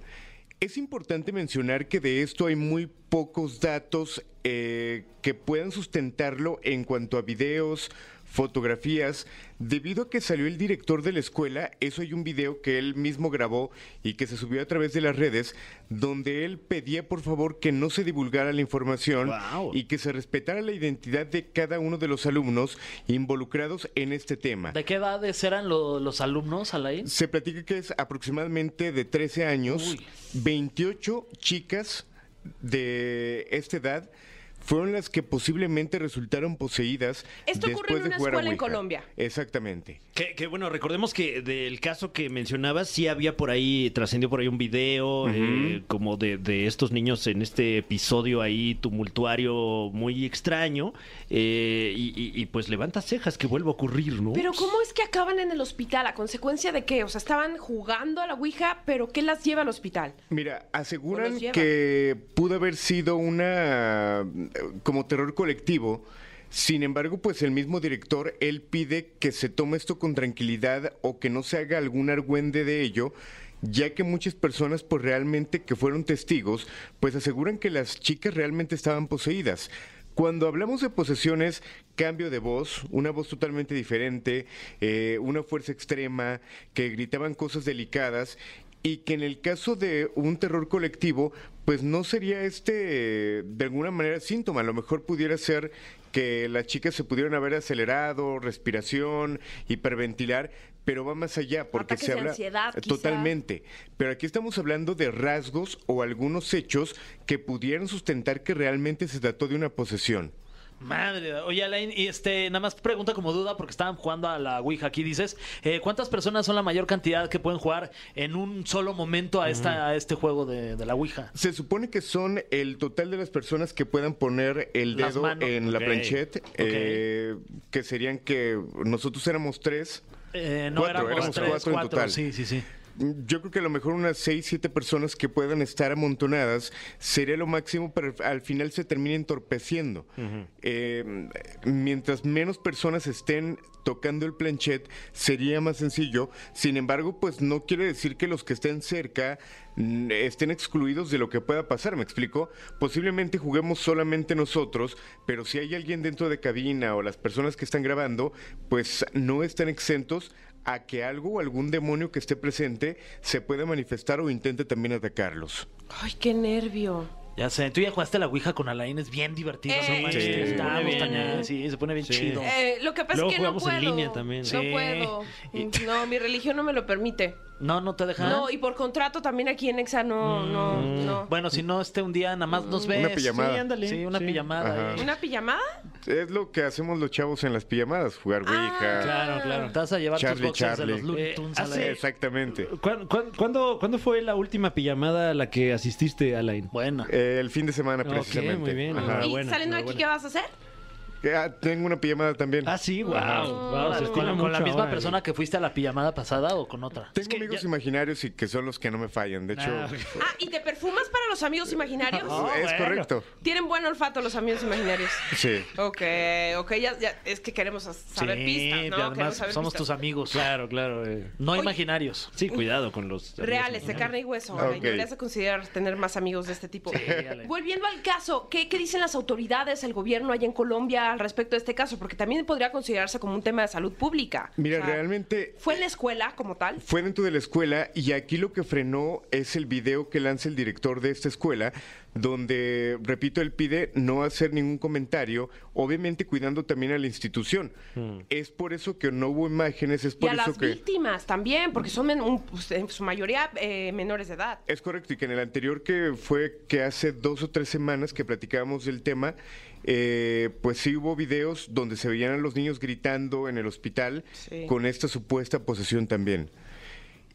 Speaker 7: Es importante mencionar que de esto hay muy pocos datos eh, que puedan sustentarlo en cuanto a videos, fotografías. Debido a que salió el director de la escuela, eso hay un video que él mismo grabó y que se subió a través de las redes, donde él pedía por favor que no se divulgara la información
Speaker 3: Guau.
Speaker 7: y que se respetara la identidad de cada uno de los alumnos involucrados en este tema.
Speaker 4: ¿De qué edades eran lo- los alumnos, Alain?
Speaker 7: Se platica que es aproximadamente de 13 años. 28 chicas de esta edad fueron las que posiblemente resultaron poseídas.
Speaker 2: Esto ocurre
Speaker 7: después
Speaker 2: en
Speaker 7: de
Speaker 2: una
Speaker 7: jugar a
Speaker 2: escuela en
Speaker 7: Ouija.
Speaker 2: Colombia.
Speaker 7: Exactamente.
Speaker 3: Que, que, bueno, recordemos que del caso que mencionabas, sí había por ahí, trascendió por ahí un video eh, como de, de estos niños en este episodio ahí tumultuario muy extraño. eh, y, y- y, pues levanta cejas que vuelva a ocurrir, ¿no?
Speaker 2: Pero ¿cómo es que acaban en el hospital? ¿A consecuencia de qué? O sea, estaban jugando a la Ouija, pero ¿qué las lleva al hospital?
Speaker 7: Mira,
Speaker 2: O
Speaker 7: aseguran
Speaker 2: los lleva.
Speaker 7: que pudo haber sido una eh, como terror colectivo. Sin embargo, pues el mismo director, él pide que se tome esto con tranquilidad o que no se haga algún argüende de ello, ya que muchas personas, pues realmente que fueron testigos, pues aseguran que las chicas realmente estaban poseídas. Cuando hablamos de posesiones, cambio de voz, una voz totalmente diferente, eh, una fuerza extrema, que gritaban cosas delicadas y que en el caso de un terror colectivo, pues no sería este eh, de alguna manera síntoma. A lo mejor pudiera ser que las chicas se pudieran haber acelerado, respiración, hiperventilar, pero va más allá porque
Speaker 2: Ataques
Speaker 7: se
Speaker 2: de
Speaker 7: habla
Speaker 2: ansiedad, quizá.
Speaker 7: totalmente. Pero aquí estamos hablando de rasgos o algunos hechos que pudieran sustentar que realmente se trató de una posesión.
Speaker 4: Madre, oye Alain, y este, nada más pregunta como duda porque estaban jugando a la Ouija aquí, dices, eh, ¿cuántas personas son la mayor cantidad que pueden jugar en un solo momento a, esta, a este juego de, de la Ouija?
Speaker 7: Se supone que son el total de las personas que puedan poner el
Speaker 4: Las
Speaker 7: dedo
Speaker 4: manos.
Speaker 7: en la
Speaker 3: Ok,
Speaker 7: planchette, eh, que serían que nosotros éramos tres.
Speaker 4: Eh, no
Speaker 7: Cuatro,
Speaker 4: éramos,
Speaker 7: éramos
Speaker 4: tres,
Speaker 7: cuatro
Speaker 4: cuatro,
Speaker 7: en total.
Speaker 4: sí, sí, sí.
Speaker 7: Yo creo que a lo mejor unas seis, siete personas que puedan estar amontonadas sería lo máximo, pero al final se termina entorpeciendo. Eh, mientras menos personas estén tocando el planchet, sería más sencillo. Sin embargo, pues no quiere decir que los que estén cerca mm, estén excluidos de lo que pueda pasar, ¿me explico? Posiblemente juguemos solamente nosotros, pero si hay alguien dentro de cabina o las personas que están grabando, pues no están exentos a que algo o algún demonio que esté presente se pueda manifestar o intente también atacarlos.
Speaker 2: Ay, qué nervio.
Speaker 4: Ya sé, tú ya jugaste a la Ouija con Alain, es bien divertido.
Speaker 2: Eh,
Speaker 4: no manches,
Speaker 7: sí.
Speaker 4: estamos
Speaker 7: Se
Speaker 3: pone bien,
Speaker 4: tan-
Speaker 3: ¿eh?
Speaker 4: sí, se pone bien chido.
Speaker 2: Eh, lo que pasa
Speaker 3: Luego
Speaker 2: es que no
Speaker 3: jugamos
Speaker 2: puedo.
Speaker 3: en línea también.
Speaker 2: No
Speaker 3: Sí.
Speaker 2: puedo. Mm, No, mi religión no me lo permite.
Speaker 4: No, no te dejan.
Speaker 3: Ah.
Speaker 2: No, y por contrato también aquí en Exa no, no,
Speaker 3: Mm.
Speaker 2: no.
Speaker 4: Bueno, si no, este un día nada más nos ves.
Speaker 7: Una pijamada.
Speaker 4: Sí, ándale. Sí, una
Speaker 3: Sí.
Speaker 4: pijamada.
Speaker 7: Ajá.
Speaker 4: eh.
Speaker 2: ¿Una pijamada?
Speaker 7: Es lo que hacemos los chavos en las pijamadas, jugar
Speaker 3: Ah,
Speaker 7: Ouija.
Speaker 4: Claro, claro. Te vas a llevar tus
Speaker 7: Charlie,
Speaker 4: boxers
Speaker 7: Charlie.
Speaker 4: de los Looney
Speaker 3: Eh,
Speaker 4: Tunes,
Speaker 3: hace-
Speaker 4: Alain.
Speaker 7: Exactamente.
Speaker 3: ¿Cuán- cuán- cuándo, cuándo fue la última pijamada a la que asististe, Alain?
Speaker 4: Bueno.
Speaker 7: Eh, el fin de semana,
Speaker 3: Ok,
Speaker 7: precisamente.
Speaker 3: muy bien.
Speaker 2: ¿Y
Speaker 7: Ajá.
Speaker 3: Enhorabuena,
Speaker 2: saliendo de aquí
Speaker 3: enhorabuena.
Speaker 2: qué vas a hacer?
Speaker 7: Ah, tengo una pijamada también.
Speaker 3: Ah, sí, wow.
Speaker 4: ¿Con- Pues ¿Con, la misma
Speaker 3: eh.
Speaker 4: persona que fuiste a la pijamada pasada o con otra?
Speaker 7: Tengo amigos imaginarios y que son los que no me fallan. De hecho,
Speaker 4: Ah,
Speaker 2: Ah, ¿y te perfumas para los amigos imaginarios?
Speaker 4: Ah,
Speaker 7: es
Speaker 4: bueno.
Speaker 7: correcto.
Speaker 2: Tienen buen olfato los amigos imaginarios.
Speaker 7: Sí.
Speaker 2: Ok, ok, ya, ya, es que queremos saber
Speaker 4: sí,
Speaker 2: pistas,
Speaker 4: y
Speaker 2: ¿no? Queremos
Speaker 4: además
Speaker 2: saber
Speaker 4: somos
Speaker 2: pistas.
Speaker 4: tus amigos.
Speaker 3: Claro, claro. eh.
Speaker 4: No
Speaker 2: Oye.
Speaker 4: imaginarios.
Speaker 3: Sí, cuidado con los. amigos
Speaker 2: Reales, de
Speaker 3: imaginarios.
Speaker 2: carne y hueso.
Speaker 7: Ok.
Speaker 2: Ay, Deberías de considerar tener más amigos de este tipo.
Speaker 4: dale.
Speaker 2: Volviendo al caso, ¿qué, qué dicen las autoridades, el gobierno allá en Colombia al respecto de este caso? Porque también podría considerarse como un tema de salud pública.
Speaker 7: Mira,
Speaker 3: Ah.
Speaker 2: O sea,
Speaker 7: realmente
Speaker 2: ¿Fue en la escuela como tal?
Speaker 7: Fue dentro de la escuela y aquí lo que frenó es el video que lanza el director de esta escuela, donde, repito, él pide no hacer ningún comentario, obviamente cuidando también a la institución. Es por eso que no hubo imágenes, es
Speaker 2: Y
Speaker 7: por
Speaker 2: a
Speaker 7: eso
Speaker 2: las
Speaker 7: que...
Speaker 2: víctimas también, porque son men- un- pues, en su mayoría eh, menores de edad.
Speaker 7: Es correcto, y que en el anterior que fue que hace dos o tres semanas que platicábamos del tema, eh, pues sí hubo videos donde se veían a los niños gritando en el hospital
Speaker 2: Sí.
Speaker 7: con esta supuesta posesión también.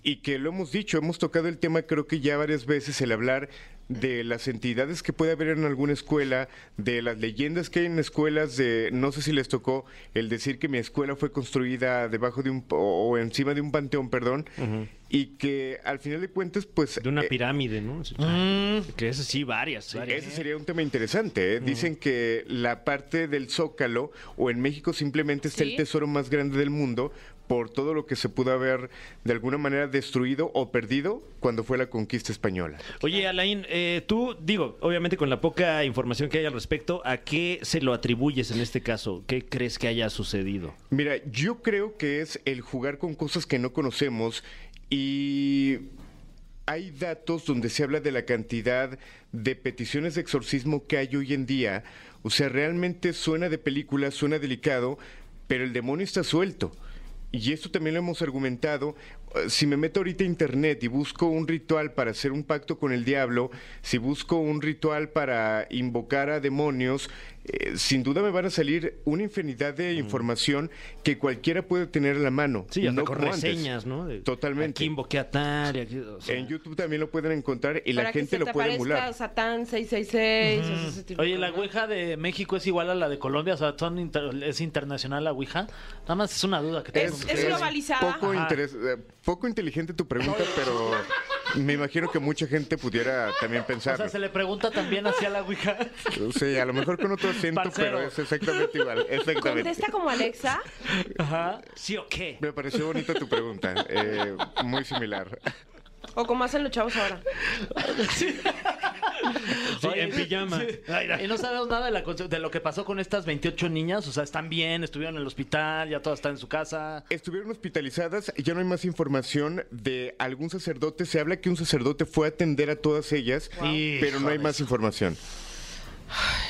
Speaker 7: Y que lo hemos dicho, hemos tocado el tema creo que ya varias veces, el hablar de las entidades que puede haber en alguna escuela, de las leyendas que hay en escuelas, de no sé si les tocó el decir que mi escuela fue construida debajo de un o o encima de un panteón, perdón, y que al final de cuentas pues
Speaker 3: De una
Speaker 7: eh,
Speaker 3: pirámide, ¿no? Que es sí, varias. Este, Mm. sí.
Speaker 7: ese sería un tema interesante. ¿eh? Dicen que la parte del Zócalo, o en México simplemente está
Speaker 2: Sí.
Speaker 7: el tesoro más grande del mundo por todo lo que se pudo haber de alguna manera destruido o perdido cuando fue la conquista española.
Speaker 3: Oye, Alain, eh, tú, digo, obviamente con la poca información que hay al respecto, ¿a qué se lo atribuyes en este caso? ¿Qué crees que haya sucedido?
Speaker 7: Mira, yo creo que es el jugar con cosas que no conocemos y hay datos donde se habla de la cantidad de peticiones de exorcismo que hay hoy en día. O sea, realmente suena de película, suena delicado, pero el demonio está suelto. Y esto también lo hemos argumentado. Eh, Si me meto ahorita a internet y busco un ritual para hacer un pacto con el diablo, si busco un ritual para invocar a demonios, eh, sin duda me van a salir una infinidad de información que cualquiera puede tener a la mano.
Speaker 3: Sí, hasta con
Speaker 7: como antes.
Speaker 3: reseñas, ¿no? De-
Speaker 7: Totalmente.
Speaker 3: Aquí invoqué a tal y aquí- o sea,
Speaker 7: En YouTube también lo pueden encontrar y
Speaker 2: Para
Speaker 7: la
Speaker 2: que
Speaker 7: gente
Speaker 2: se
Speaker 7: lo
Speaker 2: te
Speaker 7: puede
Speaker 2: aparezca
Speaker 7: emular.
Speaker 2: Satán 666. o sea, ese tipo de
Speaker 4: Oye, la
Speaker 2: cosas.
Speaker 4: Ouija de México es igual a la de Colombia, o sea, son inter- es internacional la Ouija. Nada más es una duda que tengo.
Speaker 2: Es- es globalizada.
Speaker 7: Poco,
Speaker 4: Ajá.
Speaker 7: interes- eh, poco inteligente tu pregunta, pero me imagino que mucha gente pudiera también
Speaker 4: O
Speaker 7: pensar.
Speaker 4: sea, se le pregunta también hacia la Ouija.
Speaker 7: Sí, a lo mejor con otro acento,
Speaker 4: Parcero.
Speaker 7: pero es exactamente igual. Exactamente.
Speaker 2: Contesta como Alexa.
Speaker 4: Ajá.
Speaker 3: ¿Sí o qué?
Speaker 7: Me pareció bonita tu pregunta, eh, muy similar.
Speaker 2: O como hacen los chavos ahora.
Speaker 3: Sí,
Speaker 4: Oye,
Speaker 3: en pijama.
Speaker 4: sí.
Speaker 3: Ay, ay.
Speaker 4: Y no sabemos nada de, la cons- de lo que pasó con estas 28 niñas. O sea, están bien, estuvieron en el hospital, ya todas están en su casa.
Speaker 7: Estuvieron hospitalizadas, ya no hay más información de algún sacerdote. Se habla que un sacerdote fue a atender a todas ellas, pero no hay más información.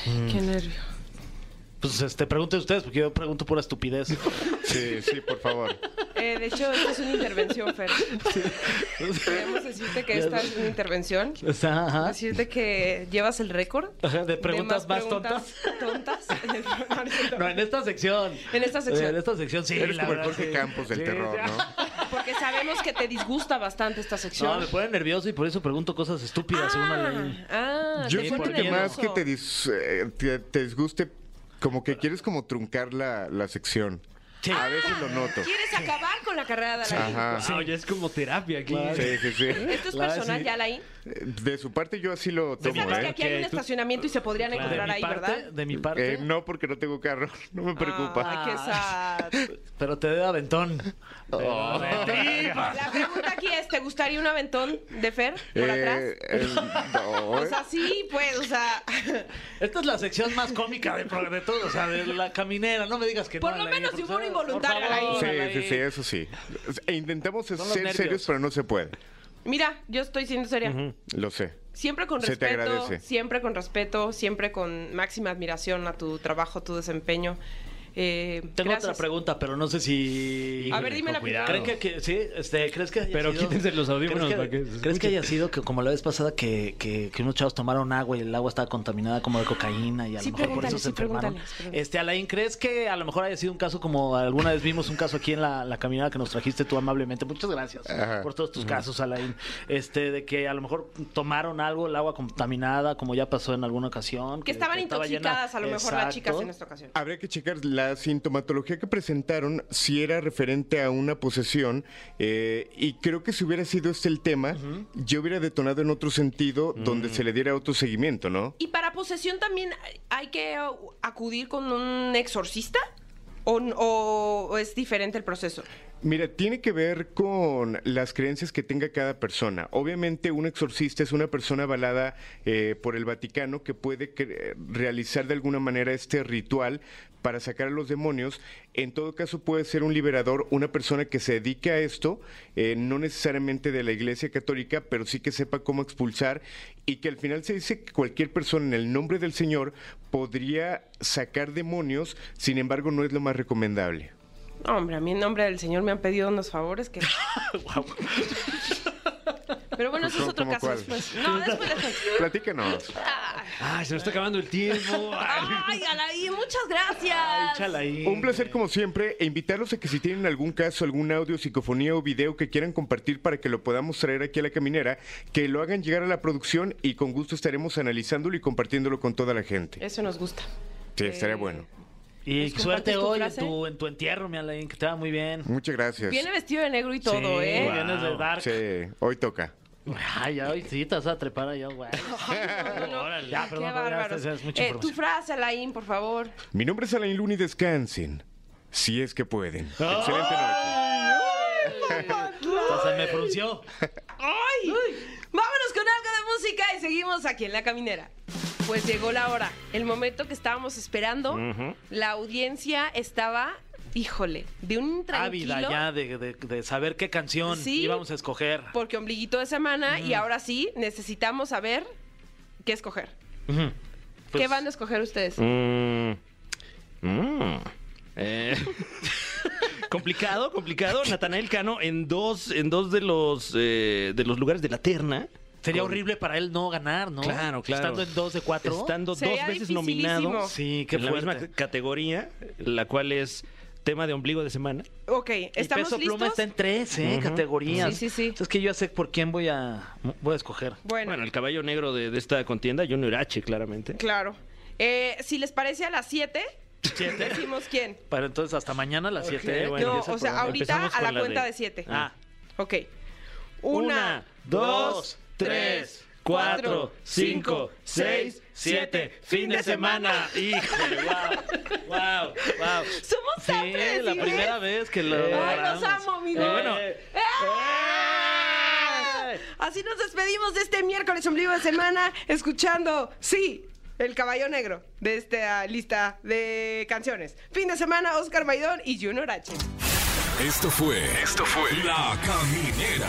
Speaker 4: Mm.
Speaker 2: Qué nervio.
Speaker 4: Pues este, pregunten ustedes, porque yo pregunto pura estupidez.
Speaker 7: Sí, sí, por favor.
Speaker 2: Eh, de hecho, esta es una intervención, Fer. Queremos decirte que esta es una intervención.
Speaker 4: O sea, ajá.
Speaker 2: Decirte que llevas el récord
Speaker 4: Ajá, de preguntas más
Speaker 2: tontas. tontas.
Speaker 4: No, en esta sección.
Speaker 2: En esta sección.
Speaker 4: En esta sección, sí.
Speaker 7: Eres
Speaker 4: la
Speaker 7: como el
Speaker 4: verdad,
Speaker 7: Jorge
Speaker 4: sí.
Speaker 7: Campos del
Speaker 4: Sí,
Speaker 7: terror,
Speaker 4: sí.
Speaker 7: ¿no?
Speaker 2: Porque sabemos que te disgusta bastante esta sección.
Speaker 4: No, me pone nervioso y por eso pregunto cosas estúpidas, según la ley.
Speaker 2: ah, ah,
Speaker 7: Yo
Speaker 2: te
Speaker 7: siento
Speaker 2: pone
Speaker 7: que más que
Speaker 2: nervioso.
Speaker 7: te, dis- eh, te- te disguste, como que quieres como truncar la, la sección.
Speaker 4: Sí.
Speaker 7: A veces lo noto.
Speaker 2: Quieres acabar con la carrera de Alain.
Speaker 7: Ajá.
Speaker 3: Ah, oye, es como terapia aquí.
Speaker 7: Sí, sí, sí.
Speaker 2: Esto es
Speaker 4: La-
Speaker 2: personal,
Speaker 4: sí.
Speaker 2: ya, Alain.
Speaker 7: De su parte yo así lo
Speaker 2: Tú
Speaker 7: tomo,
Speaker 2: sabes que
Speaker 7: ¿eh?
Speaker 2: aquí hay un
Speaker 4: Ok, tú-
Speaker 2: estacionamiento y se podrían
Speaker 4: De
Speaker 2: encontrar
Speaker 4: mi
Speaker 2: ahí,
Speaker 4: parte,
Speaker 2: ¿verdad?
Speaker 4: de mi parte.
Speaker 7: Eh, no, porque no tengo carro. No me preocupa.
Speaker 2: Ay, Ah, qué
Speaker 7: Ah.
Speaker 2: sad.
Speaker 4: Pero te doy aventón.
Speaker 7: Oh.
Speaker 2: La pregunta aquí es, ¿te gustaría un aventón de Fer por atrás?
Speaker 7: Eh, eh, no,
Speaker 2: O
Speaker 7: ¿eh?
Speaker 2: sea, sí, pues, o sea,
Speaker 4: Esta es la sección más cómica de, pro- de todo, o sea, de la caminera. No me digas que
Speaker 2: Por
Speaker 4: no.
Speaker 2: lo
Speaker 4: Alain,
Speaker 2: menos
Speaker 4: porque-
Speaker 2: si fuera involuntaria,
Speaker 4: Por favor,
Speaker 2: Alain.
Speaker 7: Sí,
Speaker 4: Alain.
Speaker 7: sí, sí, eso sí. E intentamos ser
Speaker 4: los nervios.
Speaker 7: serios, pero no se puede.
Speaker 2: mira, yo estoy siendo seria.
Speaker 7: Lo sé.
Speaker 2: Siempre con
Speaker 7: Se te
Speaker 2: respeto,
Speaker 7: agradece.
Speaker 2: siempre con respeto, siempre con máxima admiración a tu trabajo, tu desempeño. Eh,
Speaker 4: Tengo
Speaker 2: gracias.
Speaker 4: otra pregunta, pero no sé si.
Speaker 2: A ver, dime la
Speaker 3: cuidado.
Speaker 4: ¿Creen que, que- sí? Este, ¿Crees que haya
Speaker 8: Pero
Speaker 4: sido-
Speaker 8: quítense los audífonos
Speaker 4: ¿Crees
Speaker 8: para que
Speaker 4: que,
Speaker 8: se
Speaker 4: ¿crees que
Speaker 8: escuche?
Speaker 4: haya sido que, como la vez pasada, que, que- que unos chavos tomaron agua y el agua estaba contaminada como de cocaína y a
Speaker 2: Sí,
Speaker 4: lo mejor por eso
Speaker 2: pregúntales,
Speaker 4: se
Speaker 2: sí,
Speaker 4: enfermaron?
Speaker 2: pregúntales, pregúntales.
Speaker 4: Este, Alain, ¿crees que a lo mejor haya sido un caso como alguna vez vimos un caso aquí en la, la caminada que nos trajiste tú amablemente? Muchas gracias
Speaker 7: Ajá.
Speaker 4: por todos tus casos, Alain. Este, de que a lo mejor tomaron algo, el agua contaminada, como ya pasó en alguna ocasión.
Speaker 2: Que estaban
Speaker 4: estaba llena-
Speaker 2: intoxicadas a lo mejor las chicas
Speaker 4: Exacto.
Speaker 2: en esta ocasión.
Speaker 7: Habría que checar la sintomatología que presentaron si era referente a una posesión eh, y creo que si hubiera sido este el tema, yo hubiera detonado en otro sentido donde se le diera otro seguimiento, ¿no?
Speaker 2: ¿Y para posesión también hay que uh, acudir con un exorcista? ¿O, n- o- o es diferente el proceso?
Speaker 7: Mira, tiene que ver con las creencias que tenga cada persona. Obviamente, un exorcista es una persona avalada eh, por el Vaticano que puede cre- realizar de alguna manera este ritual para sacar a los demonios. En todo caso, puede ser un liberador, una persona que se dedique a esto, eh, no necesariamente de la Iglesia Católica, pero sí que sepa cómo expulsar y que al final se dice que cualquier persona en el nombre del Señor podría sacar demonios, sin embargo, no es lo más recomendable.
Speaker 2: No, hombre, a mí en nombre del Señor me han pedido unos favores que... Pero bueno, eso es
Speaker 7: ¿Cómo-
Speaker 2: otro
Speaker 7: cómo
Speaker 2: caso
Speaker 7: cuál?
Speaker 2: después. No, después les cuento.
Speaker 7: Platícanos.
Speaker 3: Ah,
Speaker 8: Ay, se nos está acabando el tiempo.
Speaker 2: ¡Ay, Alain, muchas gracias!
Speaker 4: Chalaín.
Speaker 7: Un placer como siempre e invitarlos a que si tienen algún caso, algún audio, psicofonía o video que quieran compartir para que lo podamos traer aquí a la caminera, que lo hagan llegar a la producción y con gusto estaremos analizándolo y compartiéndolo con toda la gente.
Speaker 2: Eso nos gusta.
Speaker 7: Sí, estaría
Speaker 2: eh,
Speaker 7: bueno.
Speaker 4: Y
Speaker 2: ¿Nos compartes
Speaker 4: suerte
Speaker 2: tu
Speaker 4: hoy en
Speaker 2: frase?
Speaker 4: tu, en tu entierro, mi Alain, que te va muy bien.
Speaker 7: Muchas gracias.
Speaker 2: Viene vestido de negro y todo,
Speaker 4: Sí,
Speaker 2: ¿eh?
Speaker 4: Vienes de Dark.
Speaker 7: Sí, hoy toca.
Speaker 4: Ay, ya, hoy sí te vas a trepar allá, güey.
Speaker 2: No, no,
Speaker 4: Órale, ya,
Speaker 2: qué
Speaker 4: perdón, perdón,
Speaker 2: bárbaro.
Speaker 4: ya, esa es mucha
Speaker 2: Eh, tu
Speaker 4: información.
Speaker 2: frase, Alain, por favor.
Speaker 7: Mi nombre es Alain Luna y descansen. Si es que pueden. Excelente noche.
Speaker 4: O sea, se me frunció.
Speaker 2: ¡Ay! Vámonos con algo de música y seguimos aquí en La Caminera. Pues llegó la hora, el momento que estábamos esperando. La audiencia estaba, híjole, de un intranquilo.
Speaker 4: Ávida ya de, de- de saber qué canción
Speaker 2: Sí.
Speaker 4: íbamos a escoger.
Speaker 2: Porque ombliguito de semana y ahora sí necesitamos saber qué escoger.
Speaker 4: Pues,
Speaker 2: ¿Qué van a escoger ustedes?
Speaker 3: Mm. Mm. Eh, complicado, complicado. Natanael Cano en dos, en dos de los eh, de los lugares de la terna.
Speaker 4: Sería
Speaker 3: Con-
Speaker 4: horrible para él no ganar, ¿no?
Speaker 3: Claro, claro.
Speaker 4: Estando en dos de cuatro.
Speaker 3: Estando
Speaker 2: Sería
Speaker 3: dos veces
Speaker 2: dificilísimo.
Speaker 3: nominado.
Speaker 4: Sí, qué
Speaker 3: en la
Speaker 4: fuerte.
Speaker 3: misma c- categoría, la cual es tema de ombligo de semana.
Speaker 2: Ok,
Speaker 4: El
Speaker 2: ¿estamos
Speaker 4: peso
Speaker 2: listos?
Speaker 4: pluma está en tres, ¿eh? Categorías.
Speaker 2: Sí, sí, sí.
Speaker 4: Entonces que yo ya sé por quién voy a, voy a escoger.
Speaker 2: Bueno,
Speaker 3: Bueno, el caballo negro de, de esta contienda, Junior H, claramente.
Speaker 2: claro. Eh, si les parece a las 7,
Speaker 4: ¿Siete?
Speaker 2: decimos quién.
Speaker 4: Pero entonces hasta mañana a las siete. ¿eh?
Speaker 3: bueno.
Speaker 2: no,
Speaker 3: empieza
Speaker 2: o
Speaker 3: el
Speaker 2: sea,
Speaker 3: programa.
Speaker 2: ahorita
Speaker 3: Empezamos
Speaker 2: a la,
Speaker 3: con la
Speaker 2: cuenta
Speaker 3: de-
Speaker 2: de 7.
Speaker 4: Ah,
Speaker 2: Ok.
Speaker 3: Una, dos, tres, cuatro, cinco, seis, siete. Fin de semana. Híjole, wow, wow, wow.
Speaker 2: Somos
Speaker 4: sí,
Speaker 2: tan
Speaker 4: la
Speaker 2: predecibles.
Speaker 4: primera vez que lo
Speaker 3: Ay, los
Speaker 2: Ay, los
Speaker 4: logramos.
Speaker 2: amo, mi
Speaker 3: Y
Speaker 2: Dani.
Speaker 3: bueno. ¡Eh!
Speaker 2: ¡Eh! Así nos despedimos de este miércoles ombligo de semana escuchando, sí, El Caballo Negro de esta lista de canciones. Fin de semana, Oscar Maidón y Juno H.
Speaker 1: Esto fue. Esto fue. La Caminera.